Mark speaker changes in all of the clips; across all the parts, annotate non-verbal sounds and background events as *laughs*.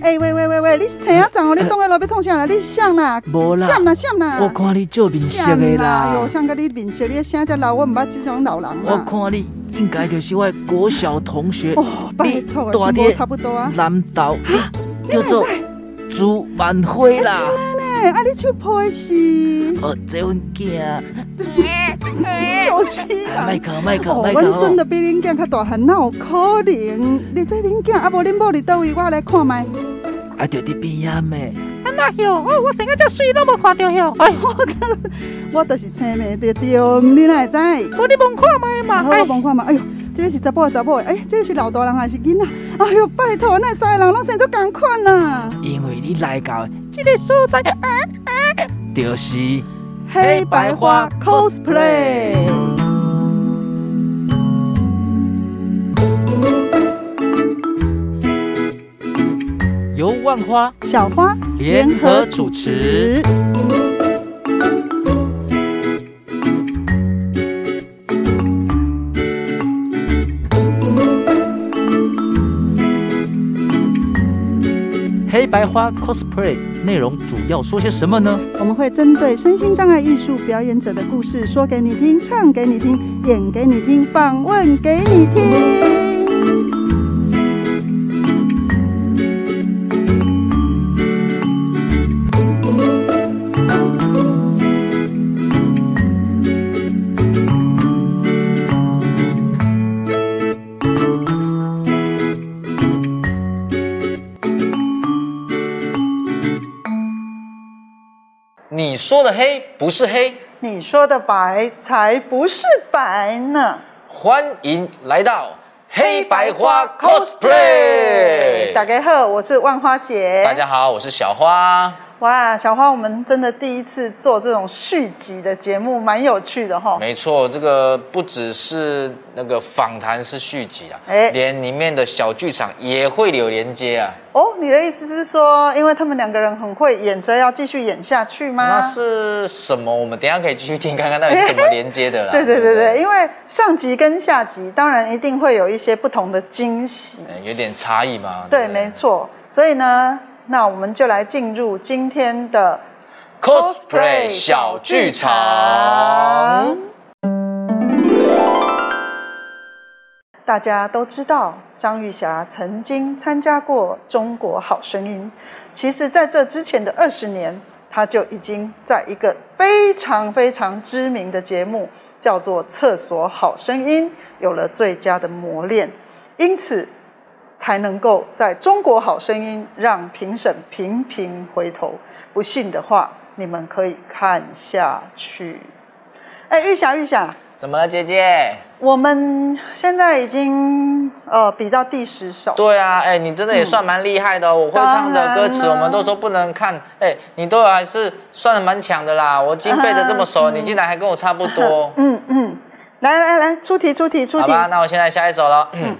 Speaker 1: 哎诶，你是青啊长哦，你当个老要创啥啦？你谁啦？
Speaker 2: 无啦
Speaker 1: 谁啦？谁啦？
Speaker 2: 我看你做面色的啦，
Speaker 1: 哟，啊像个啊你面色，你声遮老，我毋捌即种老人
Speaker 2: 我
Speaker 1: 啊。
Speaker 2: 看你应该就是我的国小同学，
Speaker 1: 哦，拜托
Speaker 2: 你大
Speaker 1: 啊，
Speaker 2: 弟
Speaker 1: 全部差不多啊。
Speaker 2: 南岛，你叫做朱万辉啦。
Speaker 1: 哎，啊，你手皮是
Speaker 2: 哦，这阮囝，啊哎
Speaker 1: 就是啦
Speaker 2: 麦。克麦克
Speaker 1: 哦
Speaker 2: 麦，
Speaker 1: 阮孙
Speaker 2: 克，
Speaker 1: 都比恁囝较大汉，哪有可能？你这恁囝啊，无恁某伫倒位，我来看卖。
Speaker 2: 啊，就伫边仔咩？
Speaker 3: 那哟，哦，我生个遮水拢无看着哟，哎，
Speaker 1: 我就是青梅着着，你哪会知？
Speaker 3: 无你望看卖嘛，
Speaker 1: 好，
Speaker 3: 哎
Speaker 1: 我，望看嘛。哎哟，这个是查甫的查某的，哎，这个是老大人还是囡仔？ *laughs* 哎哟，拜托，那三个人拢生做共款啊！
Speaker 2: 因为你来到啊的
Speaker 3: 这个所在的
Speaker 2: 啊就是
Speaker 1: 黑白花 cosplay。
Speaker 2: 由万花
Speaker 1: 小花
Speaker 2: 联合主持。黑白花 cosplay 内容主要说些什么呢？
Speaker 1: 我们会针对身心障碍艺术表演者的故事说给你听，唱给你听，演给你听，访问给你听。
Speaker 4: 你说的黑不是黑，
Speaker 1: 你说的白才不是白呢！
Speaker 4: 欢迎来到黑白花 cosplay。
Speaker 1: 大家好，我是万花姐。
Speaker 4: 大家好，我是小花。
Speaker 1: 哇，小花，我们真的第一次做这种续集的节目，蛮有趣的哈。
Speaker 4: 没错，这个不只是那个访谈是续集啊，
Speaker 1: 哎
Speaker 4: 连里面的小剧场也会有连接啊。
Speaker 1: 哦，你的意思是说，因为他们两个人很会演，所以要继续演下去吗？
Speaker 4: 那是什么？我们等一下可以继续听看看到底是怎么连接的啦。
Speaker 1: 对对对
Speaker 4: 不
Speaker 1: 对，因为上集跟下集当然一定会有一些不同的惊喜，
Speaker 4: 哎有点差异嘛。
Speaker 1: *laughs* 对，
Speaker 4: 不
Speaker 1: 没错。所以呢，那我们就来进入今天的
Speaker 4: cosplay 小剧场。。
Speaker 1: 大家都知道，张玉霞曾经参加过《中国好声音》，其实在这之前的二十年，她就已经在一个非常非常知名的节目，叫做《厕所好声音》，有了最佳的磨练，因此才能够在《中国好声音》让评审频频回头。不信的话，你们可以看下去。哎，玉霞，玉霞，
Speaker 4: 怎么了，姐姐？
Speaker 1: 我们现在已经呃比到第十首，
Speaker 4: 对啊，哎、你真的也算蛮厉害的、哦。我会唱的歌
Speaker 1: 嗯
Speaker 4: 词，
Speaker 1: 当然啦
Speaker 4: 我们都说不能看，哎、你都还是算的蛮强的啦。我已经背的这么熟，
Speaker 1: 嗯
Speaker 4: 你竟然还跟我差不
Speaker 1: *laughs*
Speaker 4: 多。
Speaker 1: 嗯嗯，来来来，出题出题出
Speaker 4: 好
Speaker 1: 题，
Speaker 4: 吧，那我现在下一首了。嗯，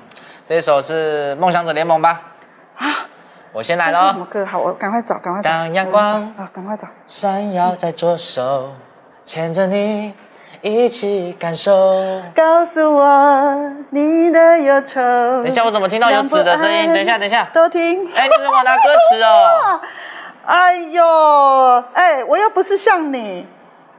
Speaker 4: 这一首是《梦想者联盟》吧？啊，我先来哦
Speaker 1: 这是什么
Speaker 4: 喽。
Speaker 1: 歌？好，我赶快找，赶快找。
Speaker 4: 当阳光
Speaker 1: 赶快找啊，赶快找。
Speaker 4: 闪耀在左手，牵着你一起感受。
Speaker 1: 告诉我你的忧愁。等
Speaker 4: 等一下，我怎么听到有纸的声
Speaker 1: 啊
Speaker 4: 音？等一下，等一下。
Speaker 1: 都听。
Speaker 4: 哎、你怎么拿歌词
Speaker 1: *laughs*
Speaker 4: 哦？
Speaker 1: 哎呦，哎，我又不是像你。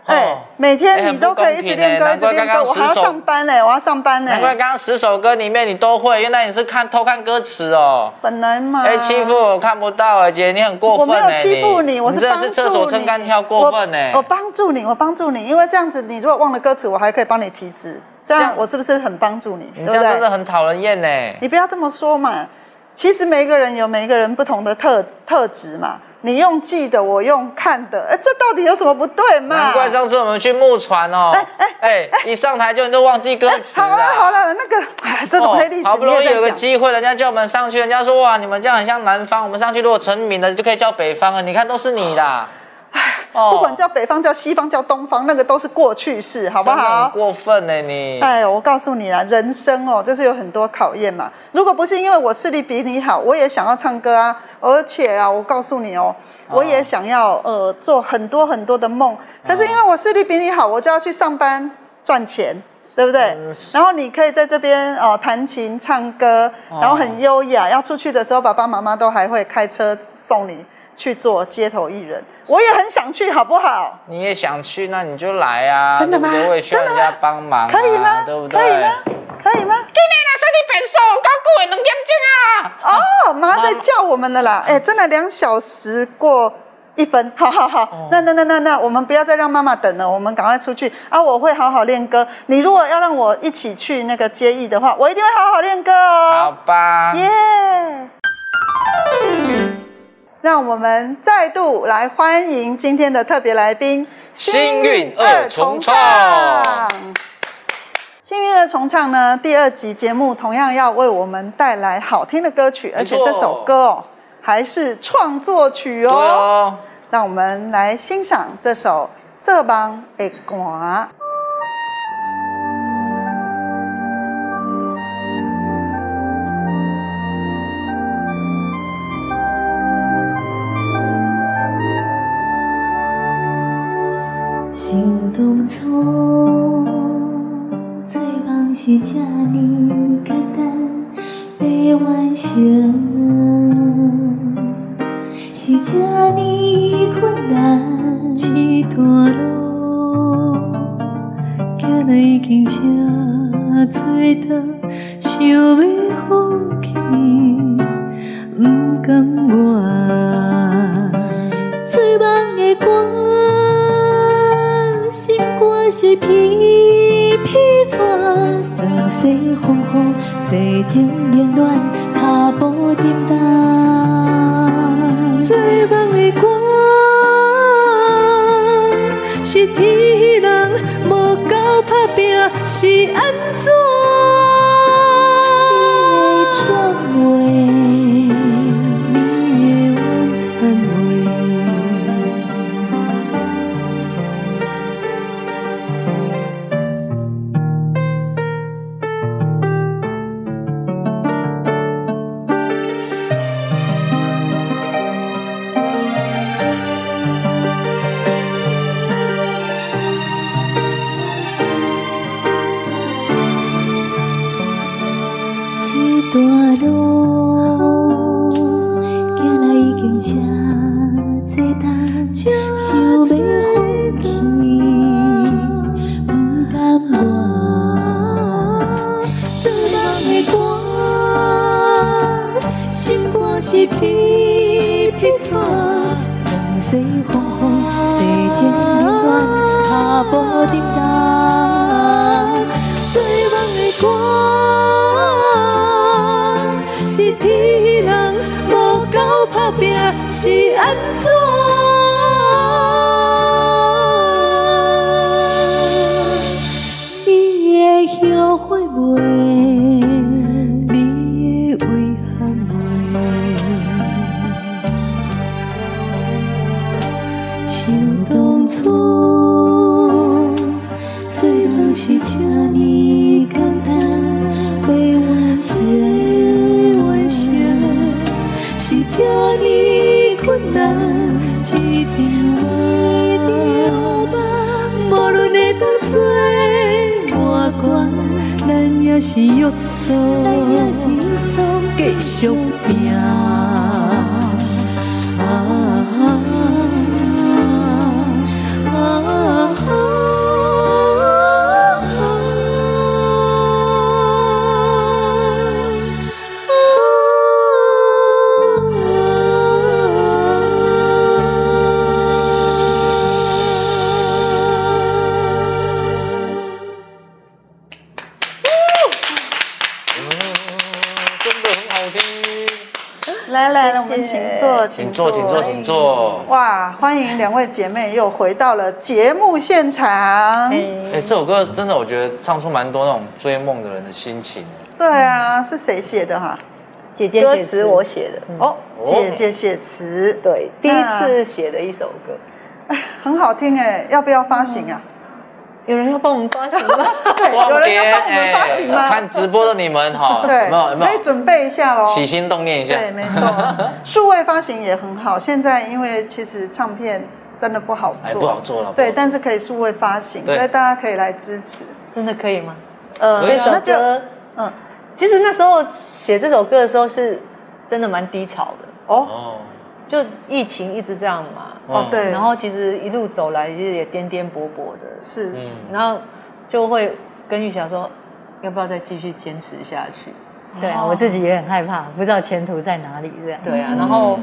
Speaker 1: 哎
Speaker 4: 哦，
Speaker 1: 每
Speaker 4: 哎
Speaker 1: 天
Speaker 4: 很
Speaker 1: 你
Speaker 4: 不
Speaker 1: 都可以一
Speaker 4: 公
Speaker 1: 直
Speaker 4: 平
Speaker 1: 练
Speaker 4: 哎
Speaker 1: 歌，一
Speaker 4: 难
Speaker 1: 直
Speaker 4: 怪
Speaker 1: 练
Speaker 4: 刚
Speaker 1: 歌，
Speaker 4: 刚
Speaker 1: 我还要
Speaker 4: 十首
Speaker 1: 上班呢，我要上班呢。
Speaker 4: 难怪刚刚十首歌里面你都会，原来你是看偷看歌词哦。
Speaker 1: 本来嘛。
Speaker 4: 哎、欺负我看不到哎，姐，你很过
Speaker 1: 呃我
Speaker 4: 分
Speaker 1: 没
Speaker 4: 哎、
Speaker 1: 有欺负你，我是
Speaker 4: 真
Speaker 1: 帮
Speaker 4: 的
Speaker 1: 助
Speaker 4: 是
Speaker 1: 你。
Speaker 4: 厕所撑杆跳过分哎、
Speaker 1: 我我帮助你，我帮助你，因为这样子，你如果忘了歌词，我还可以帮你提词，这
Speaker 4: 这
Speaker 1: 样
Speaker 4: 样
Speaker 1: 我是不是很帮助你？对
Speaker 4: 你
Speaker 1: 不
Speaker 4: 这样真的
Speaker 1: 对？
Speaker 4: 很讨人厌哎、
Speaker 1: 你不要这么说嘛。其实每一个人有每一个人不同的特特质嘛，你用记的，我用看的，哎，这到底有什么不对嘛？
Speaker 4: 难怪上次我们去木船哦，哎、一上台就你都忘记歌
Speaker 1: 哎 *laughs*
Speaker 4: 词
Speaker 1: 好了好
Speaker 4: 了。
Speaker 1: 了，那个哎，这种黑历史、
Speaker 4: 好不容易有个
Speaker 1: 机。
Speaker 4: 机会，人家叫我们上去，人家说哇，你们这样很像南方，我们上去如果成名了，就可以叫北方了。你看都是你的，哦
Speaker 1: 不管叫北方叫西方叫东方，那个都是过去式，好不
Speaker 4: 真的很
Speaker 1: 好？
Speaker 4: 过分呢、你。
Speaker 1: 哎，我告诉你啊，人生哦，就是有很多考验嘛。如果不是因为我视力比你好，我也想要唱歌啊。而且啊，我告诉你哦，
Speaker 4: 啊
Speaker 1: 我也想要呃做很多很多的梦。可是因为我视力比你好，我就要去上班。赚钱，对不对
Speaker 4: 嗯？是
Speaker 1: 然后你可以在这边哦弹琴、唱歌，
Speaker 4: 啊
Speaker 1: 然后很优雅。要出去的时候，爸爸妈妈都还会开车送你去做街头艺人。我也很想去，好不好？
Speaker 4: 你也想去，那你就来啊，
Speaker 1: 真的吗
Speaker 4: 对不对？我也需要
Speaker 1: 真的
Speaker 4: 人
Speaker 1: 吗
Speaker 4: 家帮忙、啊，
Speaker 1: 可以吗？
Speaker 4: 对不对？
Speaker 1: 可以吗？可以吗？哦，妈在叫我们了啦！哎、真的两小时过一分， *laughs* 好好好，那那那那那，我们不要再让妈妈等了，我们赶快出去啊！我会好好练歌。你如果要让我一起去那个接艺的话，我一定会好好练歌
Speaker 4: 好
Speaker 1: 哦。
Speaker 4: 吧。
Speaker 1: 耶
Speaker 4: 啊
Speaker 1: 让我们再度来欢迎今天的特别来宾——
Speaker 4: 幸运二重唱
Speaker 1: 幸运二重唱呢，第二集节目同样要为我们带来好听的歌曲，而且
Speaker 4: 没错
Speaker 1: 这首歌哦还是创作曲
Speaker 4: 对
Speaker 1: 哦。
Speaker 4: 哦，
Speaker 1: 让我们来欣赏这首《这帮的歌》。
Speaker 5: 想当初，做梦是这呢简单，要完成是这呢困难。一段路，行来已经这多长，想要放弃，不甘愿。醉梦的光，心肝是皮皮喘，酸西风风，世情冷暖，脚步沉重。醉梦的光，是天人无够打拼，是安怎？你的甜话，你的温吞话。一段路，行来已经这多重，想要放弃，不甘愿。做人的我，心肝是皮皮喘，山西风风，世情冷暖，下步沉重。最梦的光，是天人无够打拼，是安怎？你会后悔袂？你会遗憾袂？想当初，做梦是这呢简单，要完成，完成是这呢困难，一定一定无论会当做偌悬，咱也是约束，继续拼。啊啊啊
Speaker 4: 真的很好听，
Speaker 1: 来来来，我们请坐，哎
Speaker 4: 请坐，请坐，请。坐。
Speaker 1: 哇，欢迎两位姐妹又回到了节目现场。
Speaker 4: 哎、这首歌真的，我觉得唱出蛮多那种追梦的人的心情。
Speaker 1: 对啊，是谁写的哈？
Speaker 6: 姐姐
Speaker 7: 歌
Speaker 6: 写
Speaker 7: 词我写的，
Speaker 1: 哦，姐姐写词，
Speaker 7: 对，第一
Speaker 1: 那
Speaker 7: 次写的一首歌。
Speaker 1: 很好听哎，要不要发行啊？
Speaker 6: 有人要帮我们发行吗？
Speaker 1: *laughs*
Speaker 7: 嗯
Speaker 1: 对，哎有人要帮我们发行吗？
Speaker 4: 哎看直播的你们哈，
Speaker 1: 对，
Speaker 4: 有没有有没
Speaker 1: 可以
Speaker 4: 有
Speaker 1: 准备一下喽。
Speaker 4: 起心动念一下？
Speaker 1: 对，没
Speaker 4: *laughs*
Speaker 1: 错，数位发行也很好。现在因为其实唱片真的不好做，
Speaker 4: 哎不好做了不好
Speaker 1: 对，
Speaker 4: 做
Speaker 1: 但是可以数位发行，
Speaker 4: 对
Speaker 1: 所以大家可以来支持。
Speaker 7: *laughs* 真的可以吗？
Speaker 6: 呃，
Speaker 4: 可以
Speaker 6: 这
Speaker 4: 啊
Speaker 6: 首
Speaker 1: 那就
Speaker 6: 歌，
Speaker 1: 嗯，
Speaker 7: 其实那时候写这首歌的时候是真的蛮低潮的，
Speaker 1: 哦
Speaker 4: 哦
Speaker 7: 就疫情一直这样嘛，
Speaker 1: 哦
Speaker 4: 嗯
Speaker 1: 对，
Speaker 7: 然后其实一路走来就是也颠颠簸簸的，
Speaker 1: 是
Speaker 4: 嗯，
Speaker 7: 然后就会跟玉霞说，要不要再继续坚持下去？
Speaker 8: 对啊，我自己也很害怕，不知道前途在哪里这样。
Speaker 7: 对啊，然后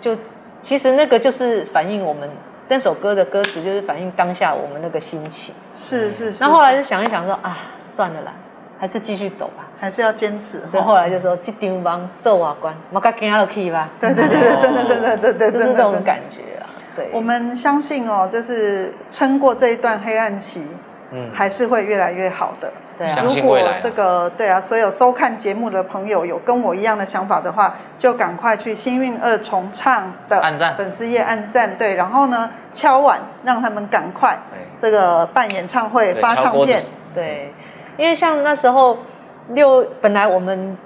Speaker 7: 就其实那个就是反映我们那首歌的歌词，就是反映当下我们那个心情。
Speaker 1: 是是是，
Speaker 7: 然后后来就想一想说啊，算了啦，还是继续走吧。
Speaker 1: 还是要坚持
Speaker 7: 所以
Speaker 1: 哈。
Speaker 7: 后来就说去丁帮做瓦官，我该跟他去吧，
Speaker 1: 对对对对，真的真的真的
Speaker 7: 就
Speaker 1: 真的
Speaker 7: 是这
Speaker 1: 真
Speaker 7: 种
Speaker 1: 的
Speaker 7: 感觉啊。对，
Speaker 1: 我们相信哦，就是撑过这一段黑暗期，
Speaker 4: 嗯
Speaker 1: 还是会越来越好的。
Speaker 7: 对
Speaker 4: 相
Speaker 7: 啊，
Speaker 1: 如
Speaker 4: 信
Speaker 1: 果
Speaker 4: 未来啊
Speaker 1: 这个对啊，所有收看节目的朋友有跟我一样的想法的话，就赶快去星运二重唱的
Speaker 4: 按赞
Speaker 1: 粉丝页按赞，对，然后呢敲碗，让他们赶快
Speaker 4: 对
Speaker 1: 这个办演唱会、
Speaker 4: 对
Speaker 1: 发
Speaker 4: 敲
Speaker 1: 唱
Speaker 4: 锅子
Speaker 1: 片，
Speaker 7: 对，因为像那时候六，本来我们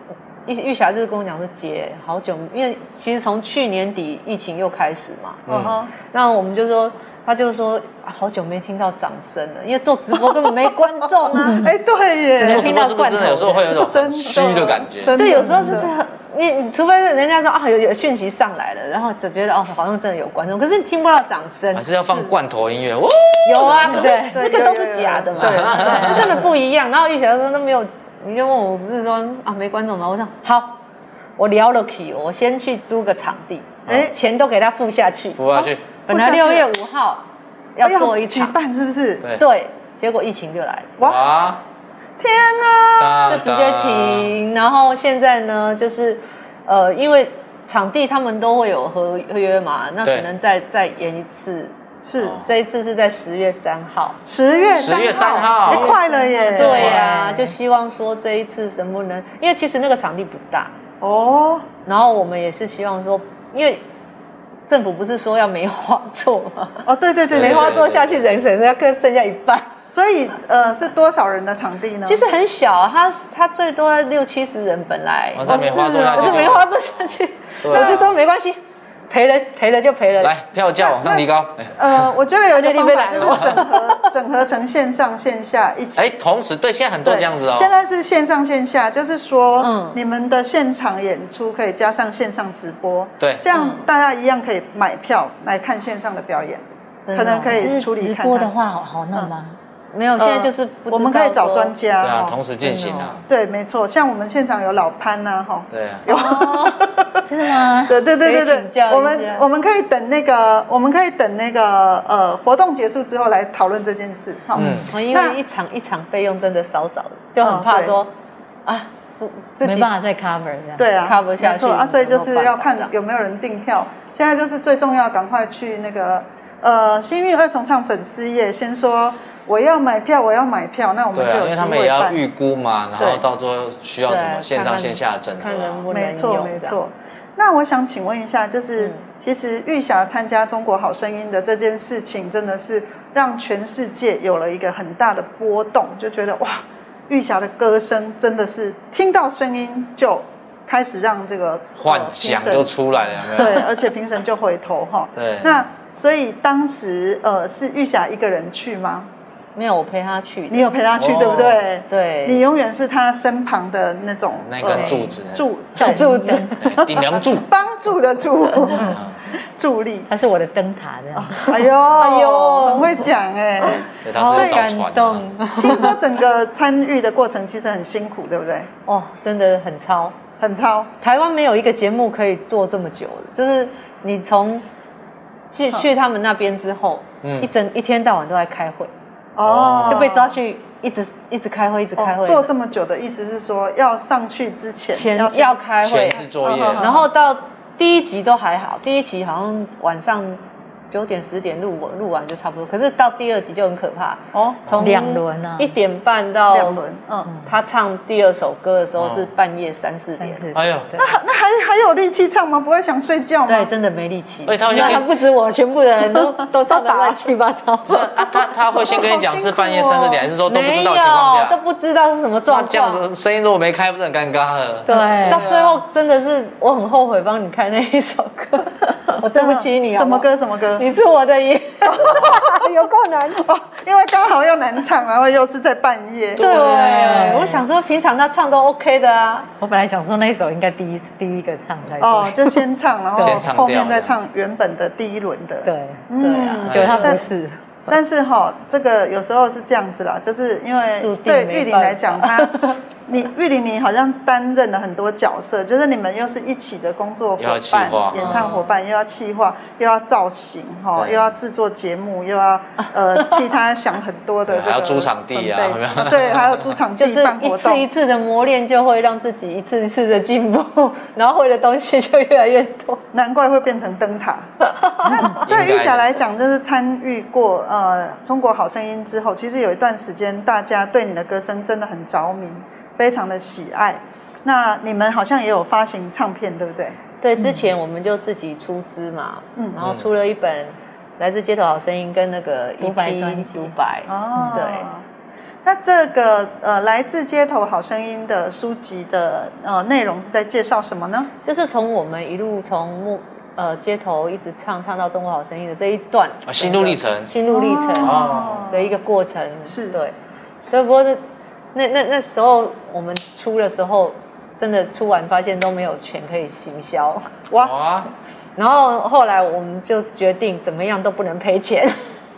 Speaker 7: 玉玉霞就是跟我讲说，姐好久，因为其实从去年底疫情又开始嘛，
Speaker 1: 嗯哼，
Speaker 7: 那我们就说，他就说、啊好久没听到掌声了，因为做直播根本没观
Speaker 1: *laughs*。
Speaker 7: 众啊
Speaker 1: 哎，对耶，
Speaker 4: 做直播是不是真的有时候会有一种
Speaker 1: 真的
Speaker 4: 很虚的感觉？
Speaker 1: 真的
Speaker 7: 对，有时候就是
Speaker 1: 真的
Speaker 7: 很你，你除非人家说啊有有讯息上来了，然后就觉得哦好像真的有观众，可是你听不到掌声
Speaker 4: 还，是要放罐头音乐，哇！
Speaker 7: 有啊，可是
Speaker 8: 对
Speaker 7: 那个都是假的嘛， *laughs*
Speaker 1: 对对
Speaker 7: 真的不一样。然后玉霞说那没有，你就问我不是说啊没观众吗？我说好，我聊了 k 我先去租个场地，
Speaker 1: 哎
Speaker 7: 钱都给他付下去，
Speaker 4: 服下去，
Speaker 7: 本来
Speaker 1: 付下去哎
Speaker 7: 六月五号要做一
Speaker 1: 举
Speaker 7: 场，
Speaker 1: 办是不是？
Speaker 4: 对
Speaker 7: 对，结果疫情就来了。
Speaker 1: 哇，
Speaker 4: 哇，
Speaker 1: 天哪！
Speaker 4: 就
Speaker 7: 就直接。停。然后现在呢，就是呃，因为场地他们都会有合合约嘛，那
Speaker 4: 对
Speaker 7: 可能再再延一次。
Speaker 1: 是
Speaker 7: 这一次是在十月三号。
Speaker 1: 十月
Speaker 4: 10月
Speaker 1: 3
Speaker 4: 3号
Speaker 1: 哎快了耶！
Speaker 7: 对呀、就希望说这一次能不能，因为其实那个场地不大，
Speaker 1: 哦，
Speaker 7: 然后我们也是希望说，因为政府不是说要梅花座
Speaker 1: *laughs*
Speaker 7: 吗？
Speaker 1: 哦，对对对，
Speaker 7: 梅
Speaker 1: 对
Speaker 7: 花座下去人只剩剩剩下一半，
Speaker 1: 所以呃，是多少人的场地呢？
Speaker 7: *laughs* 其实很小啊，它它最多要六七十人本来。
Speaker 4: 我在梅花座下去，
Speaker 7: 可是哦啊梅花座下去，
Speaker 4: 对啊
Speaker 7: 我就说没关系，赔了赔了就赔了。
Speaker 4: 来票价往上提高。哎
Speaker 1: 呃，我觉得有一个方法
Speaker 7: *laughs* 那
Speaker 1: 就
Speaker 7: 你被
Speaker 1: 是整合 *laughs* 整合成线上线下一起。
Speaker 4: 哎，同时对，现在很多
Speaker 1: 对
Speaker 4: 这样子哦。
Speaker 1: 现在是线上线下，就是说
Speaker 7: 嗯，
Speaker 1: 你们的现场演出可以加上线上直播，
Speaker 4: 对
Speaker 1: 这
Speaker 7: 嗯
Speaker 1: 样大家一样可以买票来看线上的表演，
Speaker 8: 真
Speaker 7: 嗯
Speaker 1: 可
Speaker 8: 的
Speaker 1: 能
Speaker 8: 哦
Speaker 1: 可以
Speaker 8: 是
Speaker 1: 处理
Speaker 8: 直
Speaker 1: 看
Speaker 8: 播的
Speaker 1: 看。
Speaker 8: 话，好好弄吗？
Speaker 7: 没有，现在就是不知道
Speaker 1: 我们可以找
Speaker 7: 说
Speaker 1: 专。家
Speaker 4: 对啊，
Speaker 1: 哦
Speaker 4: 同时进行啊。
Speaker 1: 对，没错，像我们现场有老潘呐，哈，
Speaker 4: 对啊，
Speaker 8: 真的吗？
Speaker 1: *laughs* 对对对对
Speaker 7: 可以请
Speaker 1: 对，
Speaker 7: 教一下
Speaker 1: 我们我们可以等那个，我们可以等那个呃活动结束之后来讨论这件事。哈，
Speaker 4: 嗯
Speaker 7: 哦因
Speaker 1: 那
Speaker 7: 为一场一场费用真的少少的，就很怕说啊，不自
Speaker 8: 没
Speaker 7: 己
Speaker 8: 办法再 cover 这样。
Speaker 1: 对啊
Speaker 7: cover 下去
Speaker 1: 没错啊，所以就是要看
Speaker 7: 有没
Speaker 1: 有没有
Speaker 7: 有办法这样
Speaker 1: 人订票。现在就是最重要，赶快去那个呃幸运二重唱粉丝页，先说我要买票，我要买票，那我们
Speaker 4: 对
Speaker 1: 就
Speaker 4: 啊，
Speaker 1: 有
Speaker 4: 因为
Speaker 1: 机
Speaker 4: 他们也
Speaker 1: 会
Speaker 4: 要
Speaker 1: 办。
Speaker 4: 预估嘛，然后
Speaker 1: 对
Speaker 4: 到最后需要怎么
Speaker 7: 对
Speaker 4: 线
Speaker 7: 看
Speaker 4: 上
Speaker 7: 看
Speaker 4: 线下整合
Speaker 7: 看能
Speaker 4: 啊。
Speaker 7: 不能
Speaker 1: 没错，
Speaker 7: 用
Speaker 1: 没
Speaker 7: 这样嗯
Speaker 1: 错。那我想请问一下，就是、其实玉霞参加《中国好声音》的这件事情，真的是让全世界有了一个很大的波动，就觉得哇，玉霞的歌声真的是听到声音就开始让这
Speaker 7: *laughs*
Speaker 1: 个
Speaker 4: 幻想就出来了，有没有？
Speaker 7: 哦
Speaker 1: 对，而且评审就回头哈。
Speaker 4: 对
Speaker 1: 那所以当时呃是玉霞一个人去吗？
Speaker 7: 没有我陪他去的。
Speaker 1: 你有陪她去、
Speaker 4: 哦
Speaker 1: 对不对？
Speaker 7: 对
Speaker 1: 你永远是她身旁的那种
Speaker 4: 那根
Speaker 1: 呃
Speaker 4: 柱子，
Speaker 1: 助
Speaker 8: 小
Speaker 7: 柱子
Speaker 4: 哎顶梁柱。
Speaker 1: 帮助的
Speaker 7: *laughs*
Speaker 1: 助助力。
Speaker 8: 它是我的灯塔这样。
Speaker 1: 哎呦，哎
Speaker 7: 呦哦
Speaker 1: 很会讲哎、
Speaker 4: 所以他是
Speaker 7: 感
Speaker 4: 造船的
Speaker 7: 动
Speaker 4: 啊。
Speaker 1: 听说整个参与的过程其实很辛苦，对不对？
Speaker 7: *laughs* 哦，真的很超。
Speaker 1: 很超，
Speaker 7: 台湾没有一个节目可以做这么久的，就是你从去去他们那边之后，
Speaker 4: 嗯
Speaker 7: 一整一天到晚都在开会，
Speaker 1: 哦，
Speaker 7: 就被抓去一直一直开会，一直开
Speaker 1: 哦
Speaker 7: 会，
Speaker 1: 做这么久的意思是说，要上去之前
Speaker 7: 前
Speaker 1: 要
Speaker 7: 要开会
Speaker 4: 前，置作业，
Speaker 1: 嗯
Speaker 7: 然后到第一集都还好，第一集好像晚上九点十点录完，录完就差不多，可是到第二集就很可怕，
Speaker 1: 哦，
Speaker 7: 从
Speaker 8: 两轮啊
Speaker 7: 一点半
Speaker 1: 两
Speaker 7: 到
Speaker 1: 轮，嗯，
Speaker 7: 他唱第二首歌的时候
Speaker 4: 哦
Speaker 7: 是半夜三四
Speaker 8: 但
Speaker 7: 点，
Speaker 8: 是
Speaker 4: 哎呦，
Speaker 1: 那还还有力气唱吗？不会想睡觉
Speaker 7: 对，
Speaker 1: 吗？
Speaker 7: 真的没力气。
Speaker 4: 哎，他会先
Speaker 8: 那
Speaker 7: *laughs*
Speaker 8: 还
Speaker 4: 跟
Speaker 8: 不止我，全部的人都都唱的乱七八糟。
Speaker 4: *laughs* 不是啊，他他会先跟你讲是半夜三四点，还是说都不知道的
Speaker 7: 哦没有
Speaker 4: 情况
Speaker 7: 都
Speaker 4: 下？
Speaker 7: 不知道是什么状
Speaker 4: 那
Speaker 7: 况。
Speaker 4: 这样子啊声音如果没开，不是很尴尬了？
Speaker 8: 对
Speaker 7: 到最后真的是我很后悔帮你开那一首歌。我对不起 *laughs* 你啊。
Speaker 1: 什么歌？什么歌？
Speaker 7: 你是我的爷。
Speaker 1: 有够难 *laughs* 哦，因为刚好又难唱，然后又是在半夜。
Speaker 7: 对，我想说平常他唱都 OK 的啊。
Speaker 8: 我本来想说那一首应该第一第一个唱才对，
Speaker 1: 哦，就先唱，然
Speaker 4: 先
Speaker 1: 后
Speaker 4: 唱
Speaker 1: 后面
Speaker 4: 掉
Speaker 1: 再唱原本的第一轮的。，
Speaker 8: 对，
Speaker 7: 对啊，
Speaker 8: 结果他不是，
Speaker 1: 但是哈、这个有时候是这样子啦，就是因
Speaker 7: 注
Speaker 1: 为
Speaker 7: 定
Speaker 1: 对
Speaker 7: 没
Speaker 1: 玉玲
Speaker 7: 办法
Speaker 1: 来讲，她
Speaker 7: *laughs*
Speaker 1: 你玉玲你好像担任了很多角色，就是你们又是一起的工作伙
Speaker 4: 又要企划
Speaker 1: 伴、演唱伙伴，又要企划，又要造型哈，
Speaker 4: 对
Speaker 1: 又要制作节目，又要
Speaker 7: *laughs*
Speaker 1: 呃替他想很多的
Speaker 4: 对
Speaker 1: 这个
Speaker 4: 还要租场地啊
Speaker 1: 准备
Speaker 4: 有没有
Speaker 1: 对，还有租场
Speaker 7: 就
Speaker 1: 地
Speaker 7: 是
Speaker 1: 办
Speaker 7: 一
Speaker 1: 活
Speaker 7: 次一
Speaker 1: 动。
Speaker 7: 次的磨练，就会让自己一次一次的进 *laughs* 步，然后会的东西就越来越多。
Speaker 1: 难怪会变成灯塔。那对
Speaker 4: 应
Speaker 1: 玉
Speaker 4: 该
Speaker 1: 霞
Speaker 4: 的
Speaker 1: 来讲，就是参与过呃《中国好声音》之后，其实有一段时间，大家对你的歌声真的很着迷，非常的喜爱。那你们好像也有发行唱片，对不对？
Speaker 7: 对，之前我们就自己出资嘛，
Speaker 1: 嗯
Speaker 7: 然后出了一本《来自街头好声音》跟那个
Speaker 8: 独白
Speaker 7: EP
Speaker 8: 专辑
Speaker 7: 独白，
Speaker 1: 哦
Speaker 7: 对。
Speaker 1: 那这个呃，来自街头好声音的书籍的呃内容是在介绍什么呢？
Speaker 7: 就是从我们一路从幕呃街头一直唱唱到《中国好声音》的这一段
Speaker 4: 啊心路历程
Speaker 7: 心路历程
Speaker 4: 哦
Speaker 7: 的一个过程，
Speaker 1: 是
Speaker 7: 对。对，不过那那那那时候我们出的时候，真的出完发现都没有钱可以行销，
Speaker 1: 哇，
Speaker 4: 哇，
Speaker 7: 然后后来我们就决定怎么样都不能赔钱，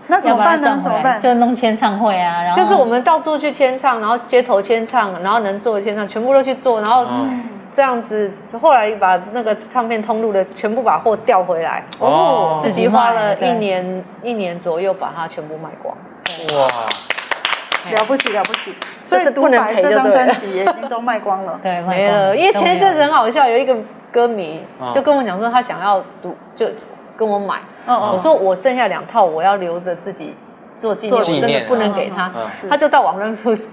Speaker 1: 那怎
Speaker 8: 要
Speaker 1: 么
Speaker 8: 把它
Speaker 1: 办呢
Speaker 8: 赚？
Speaker 1: 怎
Speaker 8: 回
Speaker 1: 么
Speaker 8: 来，
Speaker 1: 办？
Speaker 8: 就弄签唱会
Speaker 7: *laughs*
Speaker 8: 啊，然后
Speaker 7: 就是我们到处去签唱，然后街头签唱，然后能做的签唱全部都去做，然后
Speaker 4: 嗯
Speaker 7: 这样子，后来把那个唱片通路的全部把货调回来，
Speaker 4: 哦
Speaker 7: 自己花了
Speaker 8: 自己
Speaker 7: 一
Speaker 8: 卖对。
Speaker 7: 年一年左右把它全部卖光。
Speaker 4: 哇，
Speaker 1: 了不起，了不起！所以
Speaker 7: 就是
Speaker 1: 《独
Speaker 7: 不能
Speaker 1: 白》
Speaker 7: 赔
Speaker 1: 这
Speaker 7: 就
Speaker 1: 张
Speaker 7: 对
Speaker 1: 专
Speaker 7: 了
Speaker 1: 辑也已经都卖光了
Speaker 7: *laughs*
Speaker 8: 对卖
Speaker 7: 没
Speaker 8: 光
Speaker 7: 了，因为
Speaker 8: 都没
Speaker 7: 前一阵子
Speaker 8: 有
Speaker 7: 很好笑，有一个歌迷
Speaker 4: 嗯
Speaker 7: 就跟我讲说他想要读，就跟我买。
Speaker 1: 嗯嗯
Speaker 7: 我说我剩下两套，我要留着自己做纪念，
Speaker 1: 做
Speaker 7: 我
Speaker 1: 纪
Speaker 7: 真
Speaker 4: 念
Speaker 7: 的不能
Speaker 4: 嗯
Speaker 7: 给他
Speaker 4: 嗯。
Speaker 1: 是
Speaker 7: 他就到网上去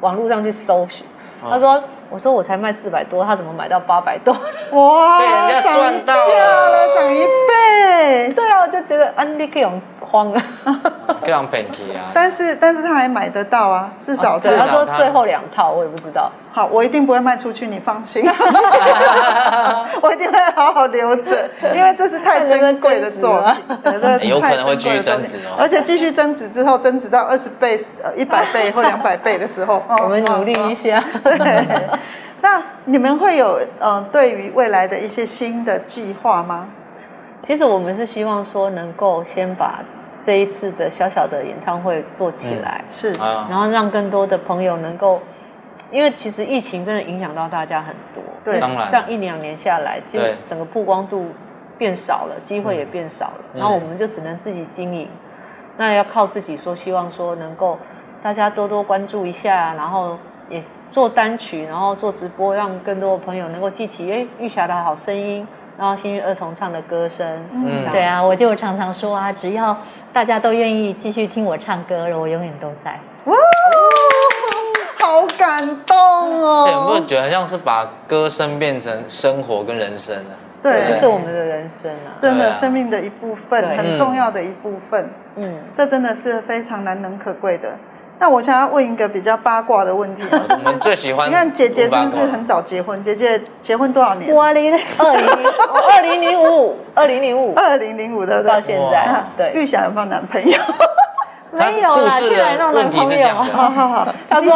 Speaker 7: 网络上去搜寻，
Speaker 4: 嗯
Speaker 7: 他说：“我说我才卖四百多，他怎么买到八百多？” *laughs*
Speaker 1: 哇，
Speaker 4: 被人家赚到
Speaker 1: 涨价了，涨一倍。
Speaker 7: 对啊，我就觉得安利可以用框啊。
Speaker 4: 非常本题
Speaker 7: *laughs*
Speaker 4: 啊， *laughs*
Speaker 1: 但是但是他还买得到啊，至少
Speaker 7: 对，
Speaker 1: 至
Speaker 7: 他
Speaker 1: 少
Speaker 7: 说
Speaker 4: 他
Speaker 7: 最后两套我也不知道。
Speaker 1: 好，我一定不会卖出去，你放心， *laughs* 我一定会好好留着，因为这是太珍贵的作品，对这是
Speaker 4: 哎有可能会
Speaker 1: 太珍贵的
Speaker 4: 继续增
Speaker 1: 作品
Speaker 4: 值哦
Speaker 1: 而且继续增值之后，增值到二十倍、呃一百倍或两百倍的时
Speaker 4: *laughs*
Speaker 1: 候，哦
Speaker 7: 我们努力一下。
Speaker 1: 对， *laughs* 那你们会有呃对于未来的一些新的计划吗？
Speaker 7: *laughs* 其实我们是希望说能够先把这一次的小小的演唱会做起来，
Speaker 1: 是
Speaker 4: 啊，
Speaker 7: 然后让更多的朋友能够，因为其实疫情真的影响到大家很多，
Speaker 1: 对
Speaker 4: 当然
Speaker 7: 这样一两年下来，就
Speaker 4: 对
Speaker 7: 整个曝光度变少了，机会也变少了，
Speaker 4: 嗯
Speaker 7: 然后我们就只能自己经营，那要靠自己说，希望说能够大家多多关注一下，然后也做单曲，然后做直播，让更多的朋友能够记起，哎，玉霞的好声音，然后幸运二重唱的歌声，
Speaker 4: 嗯
Speaker 7: 这样
Speaker 8: 对啊，我就常常说啊，只要大家都愿意继续听我唱歌了，我永远都在。
Speaker 1: 哇，
Speaker 4: 嗯
Speaker 1: 好感动哦！
Speaker 4: 对，有没有觉得很像是把歌声变成生活跟人生啊呢？
Speaker 1: 对
Speaker 7: 这是我们的人生啊。
Speaker 1: 真
Speaker 4: 对
Speaker 1: 的
Speaker 4: 啊
Speaker 1: 生命的一部分，
Speaker 7: 对
Speaker 1: 很
Speaker 4: 嗯
Speaker 1: 重要的一部分，
Speaker 7: 嗯，
Speaker 1: 这真的是非常难能可贵的。那我想要问一个比较八卦的问题，啊
Speaker 4: *laughs* 我们最喜欢
Speaker 1: *laughs* 你看姐姐是不
Speaker 4: 8
Speaker 1: 是很早结婚？姐姐结婚多少年？
Speaker 7: 我零二零二零零五二零零五
Speaker 1: 二零零五的，对不
Speaker 7: 到
Speaker 1: 对？
Speaker 7: 现在
Speaker 4: 哇，
Speaker 1: 玉
Speaker 7: 对，
Speaker 1: 霞有没有男朋友？ *laughs*
Speaker 4: 他
Speaker 7: 没有
Speaker 4: 故
Speaker 7: 啦，
Speaker 4: 事
Speaker 7: 去哪里
Speaker 4: 的
Speaker 7: 弄男
Speaker 4: 问题是
Speaker 7: 朋
Speaker 4: 这样的，
Speaker 7: 友？
Speaker 1: *laughs* 好好，
Speaker 7: 他说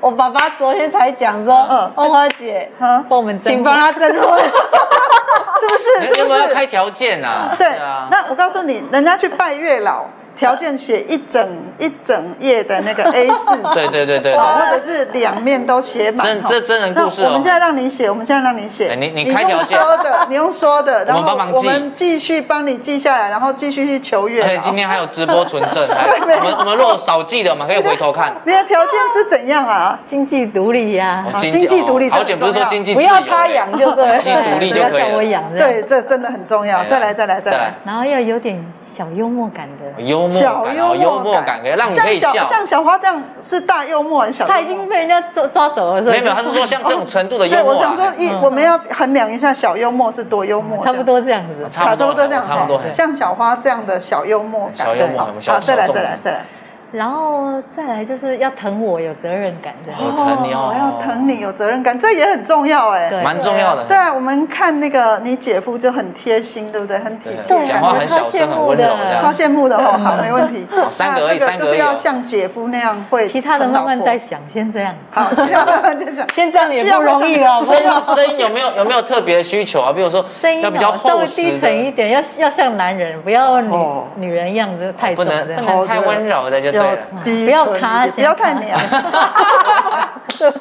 Speaker 7: 我爸爸昨天才讲说
Speaker 1: 嗯，
Speaker 7: 翁花姐，
Speaker 1: 啊，
Speaker 8: 哦帮我们
Speaker 7: 嗯请
Speaker 8: 增
Speaker 7: 帮他征
Speaker 8: *laughs*
Speaker 7: 婚。
Speaker 1: 是不是？
Speaker 4: 你
Speaker 1: 是
Speaker 4: 有
Speaker 1: 不
Speaker 4: 没有
Speaker 1: 是？
Speaker 4: 开条件啊？
Speaker 1: 对
Speaker 4: 啊，，
Speaker 1: 那我告诉你，人家去拜月老，条件写一整一整页的那个 A 四
Speaker 4: *laughs* 对对对对对，
Speaker 1: 哦，或者是两面都写满。
Speaker 4: 真
Speaker 1: 哦
Speaker 4: 这真人故事哦
Speaker 1: 那我们现在让你写，我们现在让你写。
Speaker 4: 哎你你开条件
Speaker 1: 你用说的，你用说的，然后
Speaker 4: *laughs* 我们帮忙
Speaker 1: 我
Speaker 4: 记
Speaker 1: 们继续帮你记下来，然后继续去求啊月
Speaker 4: 而且
Speaker 1: 老。
Speaker 4: 哎今天还有直播存
Speaker 1: *laughs*
Speaker 4: 证，还
Speaker 1: 对没有
Speaker 4: 我们我们如果少记的，我们可以回头看。
Speaker 1: 你的条件是怎样啊？
Speaker 8: 经济独立呀、 *laughs*
Speaker 4: 哦
Speaker 1: 经济独立
Speaker 4: 哦
Speaker 1: 这很
Speaker 4: 好姐不是
Speaker 1: 重
Speaker 4: 说
Speaker 1: 要
Speaker 4: 经济
Speaker 7: 不
Speaker 4: 自由
Speaker 7: 要他养就对了
Speaker 4: 经济独立
Speaker 8: 不
Speaker 4: 就
Speaker 8: 要
Speaker 4: 可以
Speaker 8: 叫我
Speaker 4: 了。
Speaker 8: 养这样
Speaker 1: 对，，这真的很重
Speaker 4: 哎
Speaker 1: 要。再来，再来，再来。
Speaker 8: 然后要有点小幽默感的。
Speaker 4: 幽默
Speaker 1: 小
Speaker 4: 感，哦，幽默感，可以让你可以
Speaker 1: 像
Speaker 4: 笑
Speaker 1: 小。像小花这样是大幽默，还是小幽默
Speaker 8: 他已经被人家抓抓走了，所
Speaker 4: 没
Speaker 8: 以
Speaker 4: 有没有，他是说像这种程度的
Speaker 1: 对，
Speaker 4: 幽
Speaker 1: 我
Speaker 4: 默
Speaker 1: 想说
Speaker 4: 啊，
Speaker 1: 一，我们要衡量一下小幽默是多幽
Speaker 4: 嗯
Speaker 1: 默，
Speaker 8: 差不多这样子。
Speaker 1: 这样，
Speaker 4: 差不多
Speaker 1: 这样，
Speaker 4: 差不多
Speaker 1: 像小花这样的小幽默感。
Speaker 4: 小幽默
Speaker 1: 对
Speaker 4: 我们小
Speaker 1: 好，再来，
Speaker 4: 小众
Speaker 1: 再来，再来。
Speaker 8: 然后再来就是要疼我，有责任感这样。
Speaker 4: 哦，疼你哦，
Speaker 1: 要疼你，有责任感，这也很重要哎。
Speaker 8: 对
Speaker 4: 蛮重要的。
Speaker 1: 对啊，我们看那个你姐夫就很贴心，对不对？很体贴，
Speaker 4: 对，讲话很小声，很温柔这
Speaker 1: 超
Speaker 4: 样。
Speaker 1: 羡慕的哦。好，没问题。
Speaker 4: 哦三个而已
Speaker 1: 那
Speaker 4: 三
Speaker 1: 这
Speaker 4: 个
Speaker 1: 个
Speaker 4: 而
Speaker 1: 就是
Speaker 4: 已哦
Speaker 1: 要像姐夫那样会。
Speaker 8: 其他的慢慢再。想，先这样。
Speaker 1: 好，其他的慢慢再想。
Speaker 7: 先这样也不容易哦。
Speaker 4: 声音声音有没有有没有特别的需求啊？比如说
Speaker 8: 声音
Speaker 4: 要比较
Speaker 8: 哦稍
Speaker 4: 厚
Speaker 8: 微
Speaker 4: 实
Speaker 8: 低
Speaker 4: 的
Speaker 8: 沉一点，要要像男人，不要女、
Speaker 1: 哦
Speaker 8: 女人样子太
Speaker 4: 不
Speaker 8: 重这
Speaker 4: 能哦
Speaker 8: 样。
Speaker 4: 不
Speaker 1: 啊
Speaker 4: 能太温柔的就对
Speaker 1: 要
Speaker 4: 了。
Speaker 1: 低
Speaker 8: 不要
Speaker 1: 沉一
Speaker 8: 塌
Speaker 1: 点
Speaker 8: 先
Speaker 1: 不要太啊
Speaker 8: 塌
Speaker 1: *laughs* 娘。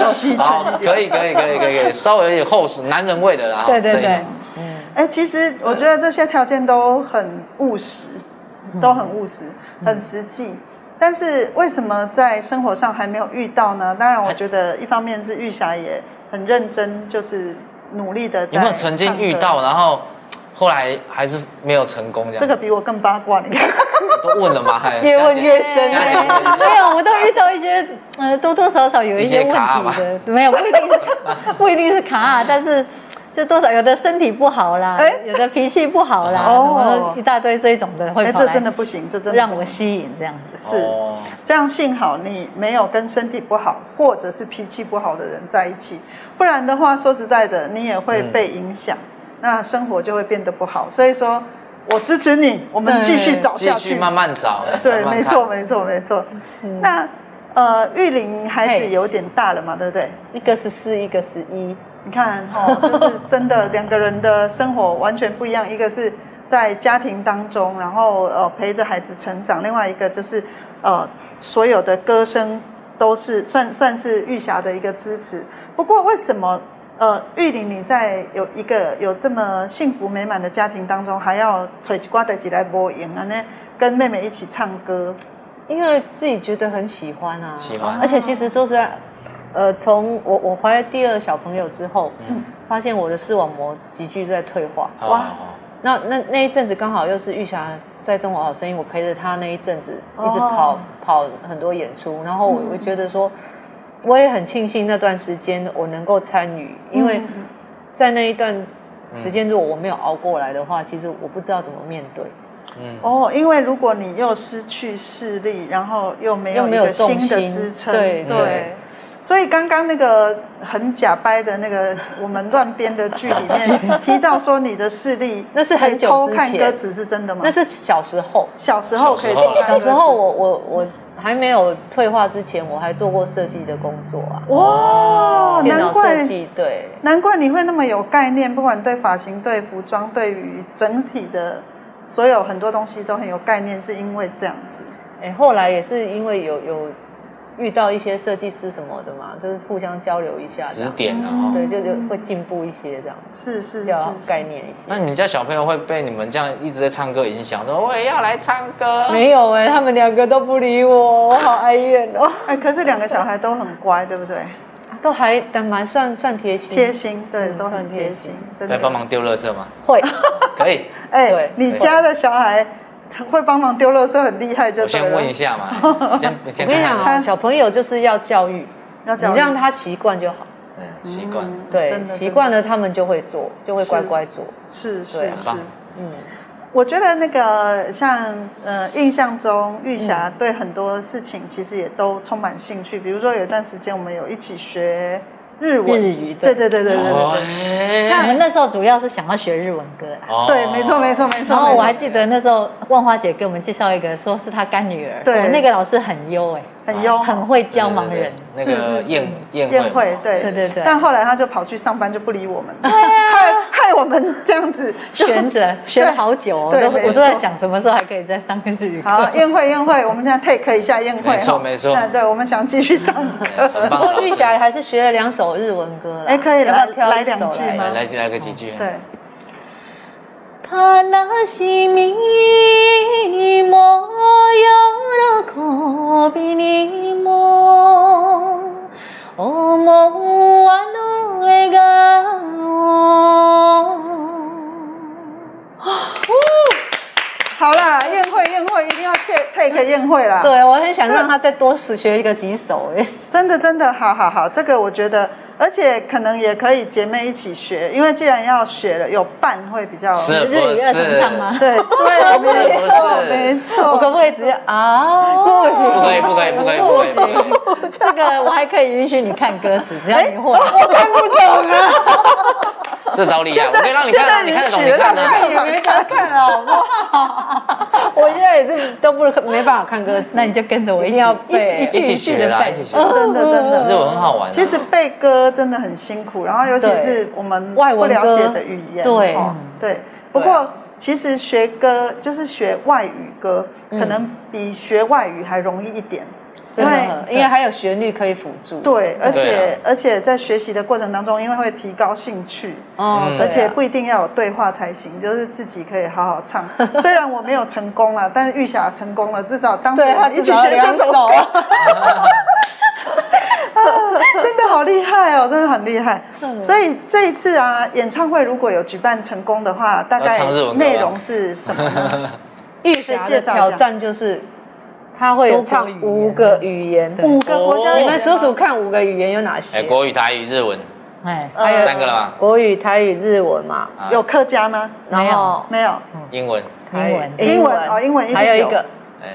Speaker 1: 要低
Speaker 4: 好，
Speaker 1: 沉一点。
Speaker 4: 可以可以可以可以可以，稍微有点厚实，男人味的啦。
Speaker 8: 对对
Speaker 4: 声音
Speaker 8: 对
Speaker 1: 哎、其实我觉得这些条件都很务实，
Speaker 4: 嗯
Speaker 1: 都很务实，很实际。但是为什么在生活上还没有遇到呢？当然，我觉得一方面是玉霞也很认真，就是努力的。
Speaker 4: 有没有曾经遇到，？然后后来还是没有成功这样？
Speaker 1: 这个比我更八卦，你看。
Speaker 4: *laughs* 都问了吗？还
Speaker 7: 越问越深
Speaker 4: 加减
Speaker 7: 哎
Speaker 8: 没有，我们都遇到一些呃多多少少有一些
Speaker 4: 一
Speaker 8: 问
Speaker 4: 些卡嘛
Speaker 8: 题的，没有不一定是不一定是卡啊，但是就多少有的身体不好啦，
Speaker 1: 哎
Speaker 8: 有的脾气不好啦，
Speaker 1: 哦
Speaker 8: 什么一大堆这种的
Speaker 1: 哎、
Speaker 8: 会跑
Speaker 1: 这
Speaker 8: 来
Speaker 1: 真的不行，这真的
Speaker 8: 让
Speaker 1: 不
Speaker 8: 我
Speaker 1: 行
Speaker 8: 吸引这样子。
Speaker 1: 是。
Speaker 4: 哦
Speaker 1: 这样幸好你没有跟身体不好或者是脾气不好的人在一起，不然的话，说实在的，你也会
Speaker 4: 嗯
Speaker 1: 被影响，那生活就会变得不好。所以说，我支持你，我们继续找
Speaker 4: 继
Speaker 1: 下去。
Speaker 4: 续慢慢找，
Speaker 1: 对，
Speaker 4: 慢慢
Speaker 1: 没
Speaker 4: 看
Speaker 1: 错，没错，没错。那呃，玉玲孩子
Speaker 7: 嗯嘿
Speaker 1: 有点大了嘛，对不对？
Speaker 7: 一个十四，一个十一，
Speaker 1: 你看哦， *laughs* 就是真的两个人的生活完全不一样，一个是在家庭当中，然后呃陪着孩子成长，另外一个就是呃所有的歌声都是算算是玉霞的一个支持。不过为什么呃玉玲你在有一个有这么幸福美满的家庭当中，还要吹起瓜的几来播音啊呢？跟妹妹一起唱歌，
Speaker 7: 因为自己觉得很喜欢啊，
Speaker 4: 喜欢
Speaker 7: 而且其实说实在，呃，从我我怀了第二小朋友之后，
Speaker 4: 嗯
Speaker 7: 发现我的视网膜急剧在退化，
Speaker 4: 好
Speaker 7: 哇！
Speaker 4: 好
Speaker 7: 那那那一阵子刚好又是玉霞在中国好声音，我陪着她那一阵子，
Speaker 1: 哦
Speaker 7: 一直跑、跑很多演出，然后我我觉得说，我也很庆幸那段时间我能够参与，因为在那一段时间如果我没有熬过来的话，其实我不知道怎么面对。
Speaker 4: 嗯
Speaker 1: 哦，因为如果你又失去视力，然后又没有
Speaker 7: 又
Speaker 1: 一
Speaker 7: 没有
Speaker 1: 个
Speaker 7: 重
Speaker 1: 新的
Speaker 7: 心
Speaker 1: 支撑，
Speaker 7: 对对
Speaker 1: 所以刚刚那个很假掰的那个 *laughs* 我们乱编的剧
Speaker 7: *laughs*
Speaker 1: 里面提到说你的视力
Speaker 7: 那是很
Speaker 1: 可以
Speaker 7: 久
Speaker 1: 偷
Speaker 7: 之
Speaker 1: 看
Speaker 7: 前
Speaker 1: 歌词是真的吗？
Speaker 7: 那是小时候，
Speaker 1: 小时候可以
Speaker 4: 小时
Speaker 1: 偷
Speaker 4: 候
Speaker 1: 看歌
Speaker 7: 小
Speaker 1: 词
Speaker 7: 时候我我我还没有退化之前，我还做过设计的工作啊，
Speaker 1: 哇，
Speaker 7: 电
Speaker 1: 哦难
Speaker 7: 脑设
Speaker 1: 怪
Speaker 7: 计对。
Speaker 1: 难怪你会那么有概念，不管对发型、对服装、对于整体的所有很多东西都很有概念，是因为这样子。
Speaker 7: 哎、后来也是因为有有遇到一些设计师什么的嘛，就是互相交流一下这
Speaker 4: 指
Speaker 7: 样，
Speaker 4: 点啊。
Speaker 7: 对，就就会进步一些这样，
Speaker 1: 是是
Speaker 7: 比
Speaker 1: 是
Speaker 7: 较
Speaker 1: 是
Speaker 7: 啊概念一
Speaker 4: 那
Speaker 7: 些。
Speaker 4: 你们家小朋友会被你们这样一直在唱歌影响，说我也要来唱歌，
Speaker 7: 没有哎、他们两个都不理我，我好哀怨哦。
Speaker 1: 哎，可是两个小孩都很乖，对不对？
Speaker 7: 都还但蛮算算贴心，
Speaker 1: 贴心，对，
Speaker 7: 嗯
Speaker 1: 都很
Speaker 7: 算
Speaker 1: 贴
Speaker 7: 贴
Speaker 1: 心
Speaker 7: 心，
Speaker 1: 真
Speaker 4: 来
Speaker 1: 的。
Speaker 4: 帮忙丢垃
Speaker 1: *laughs*
Speaker 4: 圾吗？
Speaker 7: 会，
Speaker 4: 可以，
Speaker 1: 哎
Speaker 7: 对，
Speaker 1: 你家的小孩会帮忙丢垃圾，很厉害，就
Speaker 4: 我
Speaker 1: 对了。
Speaker 4: 先问一
Speaker 1: *laughs*
Speaker 4: 下嘛，先
Speaker 7: 我
Speaker 4: 先
Speaker 7: 跟你讲
Speaker 4: 看看，
Speaker 7: 啊，小朋友就是要教育，
Speaker 1: 要
Speaker 7: 你
Speaker 1: 讲
Speaker 7: 让他习惯就好，
Speaker 4: 嗯，习惯，
Speaker 7: 对，习惯了他们就会做，就会乖
Speaker 1: 是
Speaker 7: 乖做，
Speaker 1: 是是
Speaker 7: 对
Speaker 1: 是
Speaker 7: 啊。
Speaker 4: 棒
Speaker 7: 嗯，
Speaker 1: 我觉得那个像呃，印象中玉
Speaker 8: 嗯
Speaker 1: 霞对很多事情其实也都充满兴趣。比如说有一段时间我们有一起学日文，
Speaker 8: 日语
Speaker 1: 对
Speaker 8: 对
Speaker 1: 对对对对
Speaker 4: 哦
Speaker 1: 对
Speaker 4: 哎
Speaker 8: 我们那时候主要是想要学日文歌啦。
Speaker 4: 哦
Speaker 1: 对，没错没错没错。
Speaker 8: 然后哦我还
Speaker 1: 没
Speaker 8: 记得那时候万花姐给我们介绍一个，说是她干女儿，
Speaker 1: 对
Speaker 8: 我们那个老师很优哎、
Speaker 1: 错很优
Speaker 8: 很会教盲
Speaker 4: 对对对
Speaker 8: 人。
Speaker 4: 那
Speaker 1: 是
Speaker 4: 个
Speaker 1: 是是
Speaker 4: 宴宴
Speaker 1: 宴会
Speaker 4: 嘛
Speaker 1: 对
Speaker 8: 对对对，啊
Speaker 1: 但后来他就跑去上班，就不理我们，害害我们这样子
Speaker 8: 悬着悬好久、哦，
Speaker 1: 对
Speaker 8: 我都
Speaker 1: 没错
Speaker 8: 我都在想什么时候还可以再上个日语课。
Speaker 1: 好，宴会宴会，我们现在 take 一下宴会哈。
Speaker 4: 没错没错
Speaker 1: 对对，我们想继续上
Speaker 4: 对 *laughs*
Speaker 1: 课。
Speaker 4: 很棒
Speaker 1: *laughs*
Speaker 4: 的
Speaker 7: 不过
Speaker 4: 老
Speaker 7: 玉
Speaker 4: 师，
Speaker 7: 霞还是学了两首日文歌了，
Speaker 1: 哎可以
Speaker 7: 要不
Speaker 1: 来
Speaker 7: 要挑
Speaker 1: 来
Speaker 7: 一首
Speaker 1: 两句吗
Speaker 7: 来？
Speaker 4: 来来来个几句，
Speaker 1: 对，
Speaker 5: 悲しみにも喜びにも思わぬ笑顔
Speaker 1: 好啦，宴会宴会一定要 take take 宴会啦。，
Speaker 7: 对，我很想让他再多学一个几首哎。
Speaker 1: 真的真的，好好好，这个我觉得而且可能也可以姐妹一起学，因为既然要学了，有伴会比较
Speaker 4: 是
Speaker 8: 日
Speaker 4: 不
Speaker 8: 语二重唱
Speaker 4: 是？
Speaker 8: 吗？
Speaker 1: 对对，
Speaker 4: 是不
Speaker 7: *laughs*
Speaker 1: 没错
Speaker 4: 是
Speaker 1: 没
Speaker 7: 我可
Speaker 1: 错，
Speaker 7: 不可以
Speaker 8: *laughs*
Speaker 7: 直接啊？
Speaker 8: 不行
Speaker 4: 不可以，不可以，不可以，不可以，不可以。
Speaker 8: 这个我还可以允许你看歌词，只要你会。
Speaker 4: 这招厉害，我可以让你看啊，你看得懂，你看得懂。
Speaker 7: 也没得看了，好不好？我现在也是都不没办法看歌词，
Speaker 8: 那你就跟着我
Speaker 7: 一
Speaker 8: 一
Speaker 7: 定
Speaker 8: 起
Speaker 7: 要
Speaker 4: 一
Speaker 7: 背。
Speaker 4: 一起学啦，一起学。
Speaker 1: 真的真的
Speaker 4: 日文很好玩啊。
Speaker 1: 其实背歌真的很辛苦，然后尤其
Speaker 7: 对
Speaker 1: 是我们
Speaker 7: 外
Speaker 1: 不
Speaker 7: 文
Speaker 1: 了解
Speaker 7: 歌
Speaker 1: 的语言，
Speaker 7: 对
Speaker 1: 哦对。不
Speaker 7: 对
Speaker 1: 过其实学歌就是学外语歌，可能比学外语还容易一点，
Speaker 7: 嗯真的，因为还有旋律可以辅助。
Speaker 1: 对，而
Speaker 4: 对啊
Speaker 1: 且而且在学习的过程当中，因为会提高兴趣，
Speaker 7: 哦，
Speaker 4: 嗯
Speaker 7: 对啊
Speaker 1: 而且不一定要有对话才行，就是自己可以好好
Speaker 4: *laughs*
Speaker 1: 唱。虽然我没有成功了，但是玉霞成功了，至少当时
Speaker 7: 对
Speaker 1: 我
Speaker 7: 他
Speaker 1: 们一
Speaker 7: 至
Speaker 1: 起
Speaker 7: 少
Speaker 1: 学
Speaker 7: 两
Speaker 1: 这首
Speaker 7: 首
Speaker 1: 歌，
Speaker 7: 啊，
Speaker 1: *laughs* 真的好厉害哦，真的很厉害。
Speaker 4: 嗯
Speaker 1: 所以这一次啊，演唱会如果有举办成功的话，大
Speaker 4: 要
Speaker 1: 概
Speaker 4: 唱日文歌吗啊
Speaker 1: 内容是什么呢？
Speaker 4: *laughs*
Speaker 7: 玉霞的挑战就是他会有唱五个语言，
Speaker 1: 五个国
Speaker 4: 哦
Speaker 1: 家，
Speaker 7: 你们数数，看五个语言有哪
Speaker 4: 哎，
Speaker 7: 些？
Speaker 4: 国语、台语、日文
Speaker 8: 哎，
Speaker 1: 还
Speaker 4: 三个了吧？
Speaker 7: 国语、台语、日文嘛，
Speaker 4: 啊
Speaker 1: 有客家吗？
Speaker 7: 然后
Speaker 1: 没有，
Speaker 4: 英文，
Speaker 8: 英文
Speaker 7: 哎
Speaker 1: 英文哦，英文一定
Speaker 7: 还有一个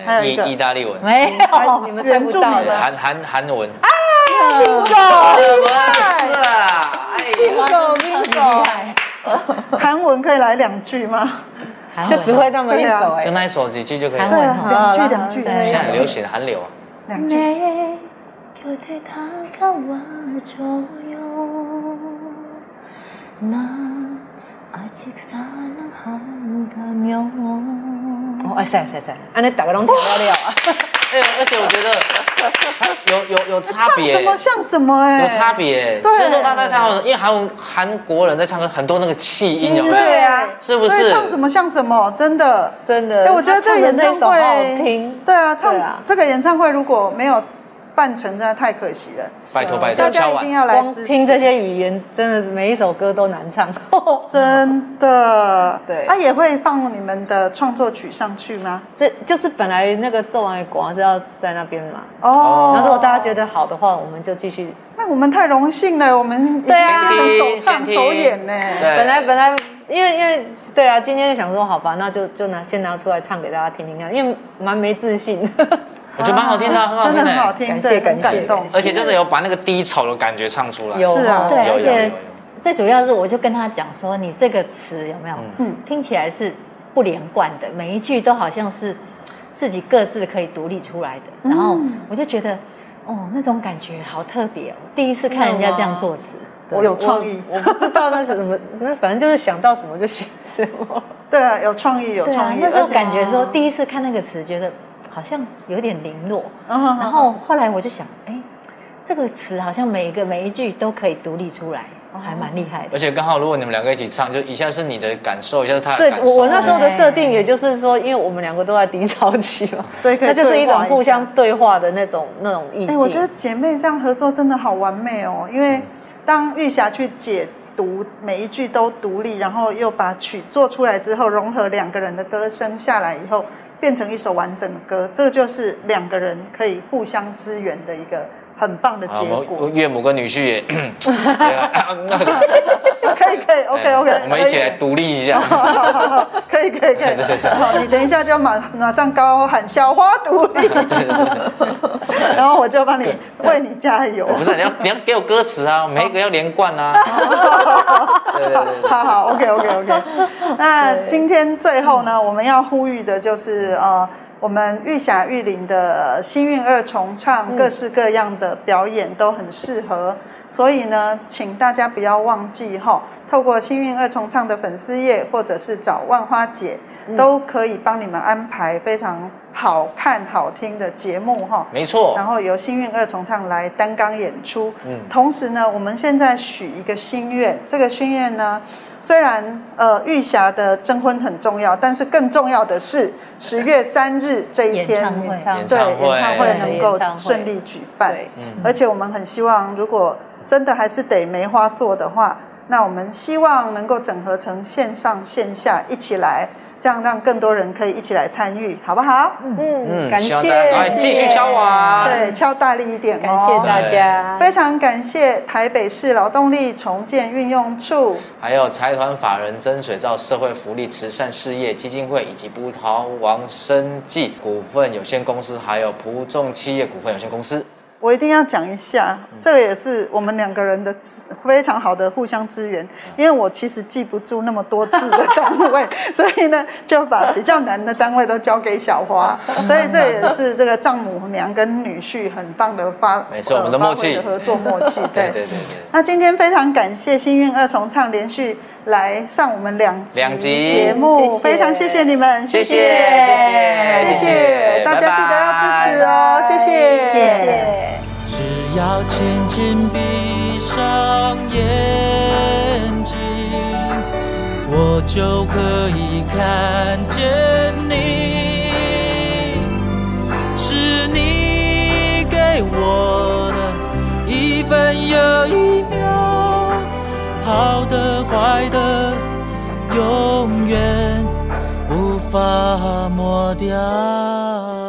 Speaker 1: 还有
Speaker 4: 哎，
Speaker 1: 一个
Speaker 4: 意意大利文，
Speaker 8: 没
Speaker 7: 哎
Speaker 8: 有
Speaker 7: 你，们猜
Speaker 1: 原
Speaker 7: 不
Speaker 1: 住
Speaker 7: 到
Speaker 1: 民
Speaker 4: 对
Speaker 7: 的，
Speaker 1: 吗？
Speaker 4: 韩韩韩文。
Speaker 1: bingo
Speaker 4: 是啊，哎呀，
Speaker 1: 韩文可以来两句吗？
Speaker 7: 就只会那么一
Speaker 1: 对
Speaker 7: 首
Speaker 1: 啊
Speaker 7: 哎
Speaker 4: 就。那一首几句就可以
Speaker 8: 韩文
Speaker 1: 对
Speaker 4: 了。
Speaker 1: 啊，两句两句，
Speaker 8: 对
Speaker 4: 现在很流
Speaker 1: 两句
Speaker 4: 行韩流啊，
Speaker 1: 两句。
Speaker 5: ねえ今日で高は上よ난 아직 사랑한다며
Speaker 7: 哦，哎塞塞塞，啊，你打个龙条料料啊，
Speaker 4: 哎，而且我觉得它有有有差
Speaker 1: 唱
Speaker 4: 别
Speaker 1: 什，么像什么哎、
Speaker 4: 有差别。
Speaker 1: 对
Speaker 4: 所以说他在唱韩文，因为韩文韩国人在唱歌很多那个气音，有没有？
Speaker 1: 对啊，
Speaker 4: 是不是
Speaker 1: 所以唱什么像什么，真的。
Speaker 7: 真
Speaker 1: 哎、
Speaker 7: 的。
Speaker 1: 我觉得这
Speaker 7: 呃
Speaker 1: 个
Speaker 7: 他唱的
Speaker 1: 演
Speaker 7: 那
Speaker 1: 唱
Speaker 7: 首
Speaker 1: 会
Speaker 7: 好好听，
Speaker 1: 对啊，唱
Speaker 7: 对啊
Speaker 1: 这个演唱会如果没有办成，真的太可惜了。
Speaker 4: 拜托拜
Speaker 1: 大
Speaker 4: 托，
Speaker 1: 家
Speaker 4: 敲
Speaker 1: 一定
Speaker 4: 碗。
Speaker 1: 要来
Speaker 7: 光
Speaker 1: 支持。
Speaker 7: 听这些语言，真的是每一首歌都难唱。 *laughs*
Speaker 1: 真的，
Speaker 7: 对
Speaker 1: 啊，也会放你们的创作曲上去吗？
Speaker 7: 这就是本来那个纣王与国王是要在那边嘛，
Speaker 1: 哦，
Speaker 7: 然后如果大家觉得好的话，我们就继续。
Speaker 1: 那我们太荣幸了，我们对
Speaker 4: 啊
Speaker 1: 首
Speaker 4: 先
Speaker 1: 唱
Speaker 4: 听
Speaker 1: 首演呢、
Speaker 4: 对
Speaker 7: 本来本来因为因为对啊，今天就想说好吧，那就就拿先拿出来唱给大家听听看，因为蛮没自信。
Speaker 4: 我觉得蛮好听的啊，很
Speaker 1: 嗯
Speaker 4: 好
Speaker 1: 真
Speaker 4: 听
Speaker 1: 的很好
Speaker 4: 的，
Speaker 1: 听，
Speaker 7: 感谢
Speaker 1: 对，很
Speaker 7: 感谢
Speaker 1: 感动，
Speaker 4: 而且真的有把那个低潮的感觉唱出来。
Speaker 1: *laughs* 是啊
Speaker 8: 对，
Speaker 4: 有
Speaker 8: 而
Speaker 4: 有有
Speaker 8: 且
Speaker 4: 有。
Speaker 8: 最主要是，我就跟他讲说，你这个词有没有？
Speaker 1: 嗯
Speaker 8: 嗯，听起来是不连贯的，每一句都好像是自己各自可以独立出来的。然后
Speaker 7: 嗯
Speaker 8: 我就觉得，哦，那种感觉好特别哦，第一次看人家这样作词。
Speaker 1: 我有创意，
Speaker 7: 我不知道那是
Speaker 1: *laughs*
Speaker 7: 什么，那反正就是想到什么就写什么。
Speaker 1: 对啊，有创意， *laughs* 有
Speaker 8: 对啊
Speaker 1: 创，意，
Speaker 8: 那时
Speaker 1: 而
Speaker 8: 候
Speaker 1: 且啊
Speaker 8: 感觉说，第一次看那个词，觉得好像有点零落。
Speaker 1: 嗯哼
Speaker 8: 然后后来我就想，哎，这个词好像每一个每一句都可以独立出来，还蛮厉害的
Speaker 4: 而。且刚好，如果你们两个一起唱，就一下是你的感受，一下是他的
Speaker 7: 对
Speaker 4: 感受。
Speaker 7: 我我那时候的设定，也就是说，因为我们两个都在低潮期嘛，
Speaker 1: 所以可以
Speaker 7: 那就是
Speaker 1: 对
Speaker 7: 一种
Speaker 1: 话一
Speaker 7: 互
Speaker 1: 下
Speaker 7: 相对话的那种那种意
Speaker 1: 哎、
Speaker 7: 境。
Speaker 1: 我觉得姐妹这样合作真的好完美哦，因为当玉霞去解读每一句都独立，然后又把曲做出来之后，融合两个人的歌声下来以后，变成一首完整的歌，这就是两个人可以互相支援的一个很棒的
Speaker 4: 啊，
Speaker 1: 结
Speaker 4: 我
Speaker 1: 果
Speaker 4: 们。岳母跟
Speaker 1: *laughs*
Speaker 4: 女婿也，对啊 *laughs*
Speaker 1: 可以可以，OK
Speaker 4: 哎
Speaker 1: OK，
Speaker 4: 我们一起来独立
Speaker 1: *laughs*
Speaker 4: 一下。
Speaker 1: 可以可以可以
Speaker 4: 对对对，
Speaker 1: 好，你等一下就马马上高喊小花独立， *laughs* 然后我就帮你为你加油。
Speaker 4: 不是，你要你要给我歌词啊，每一个要连贯啊。对对对
Speaker 1: *laughs*
Speaker 4: 对
Speaker 1: 好好，OK OK
Speaker 4: *laughs*
Speaker 1: OK。那今天最后呢，我们要呼吁的就是
Speaker 4: 嗯
Speaker 1: 呃，我们玉霞玉林的星运二重唱，各式各样的表演都很适合，所以呢，请大家不要忘记哈，透过星运二重唱的粉丝页，或者是找万花姐。
Speaker 4: 嗯
Speaker 1: 都可以帮你们安排非常好看、好听的节目哈。
Speaker 4: 没错
Speaker 1: 然。后由星运二重唱来担纲演出。
Speaker 4: 哦嗯
Speaker 1: 同时呢，我们现在许一个心愿，这个心愿呢，虽然呃玉霞的征婚很重要，但是更重要的是十月三日这一
Speaker 8: 演
Speaker 1: 天
Speaker 8: 唱会
Speaker 1: 对
Speaker 4: 演唱会
Speaker 1: 演唱会能够
Speaker 7: 对演唱会
Speaker 1: 顺利举办。
Speaker 7: 对
Speaker 4: 嗯
Speaker 1: 而且我们很希望，如果真的还是得梅花座的话，那我们希望能够整合成线上线下一起来。这样让更多人可以一起来参与，好不好？
Speaker 7: 嗯，
Speaker 4: 嗯，
Speaker 7: 感
Speaker 4: 希
Speaker 7: 谢
Speaker 4: 望，大家赶快继续敲碗。
Speaker 1: 对，敲大力一点
Speaker 7: 感
Speaker 1: 哦。
Speaker 7: 谢大家，
Speaker 1: 非常感谢台北市劳动力重建运用处。
Speaker 4: 还有财团法人真水照社会福利慈善事业基金会以及葡萄王生技股份有限公司，还有葡众企业股份有限公司。
Speaker 1: 我一定要讲一下，
Speaker 4: 嗯
Speaker 1: 这个也是我们两个人的支非常好的互相支援。因为我其实记不住那么多字的单
Speaker 4: *laughs*
Speaker 1: 位，所以呢，就把比较难的单位都交给小
Speaker 4: *laughs*
Speaker 1: 花。所以这也是这个丈母娘跟女婿很棒的发，
Speaker 4: 没错我们的
Speaker 1: 呃发
Speaker 4: 默契
Speaker 1: 挥的合作默契。
Speaker 4: *laughs* 对对对对，
Speaker 1: 那今天非常感谢幸运二重唱连续来上我们两集
Speaker 4: 两集
Speaker 1: 节目，
Speaker 7: 谢谢
Speaker 1: 非常谢谢你们，
Speaker 4: 谢谢
Speaker 1: 谢谢
Speaker 4: 谢谢
Speaker 1: 谢大家记得要支持哦，
Speaker 7: 拜拜
Speaker 1: 谢
Speaker 7: 谢谢。
Speaker 2: 只要轻轻闭上眼睛，我就可以看见你。是你给我的一分又一秒，好的坏的，永远无法抹掉。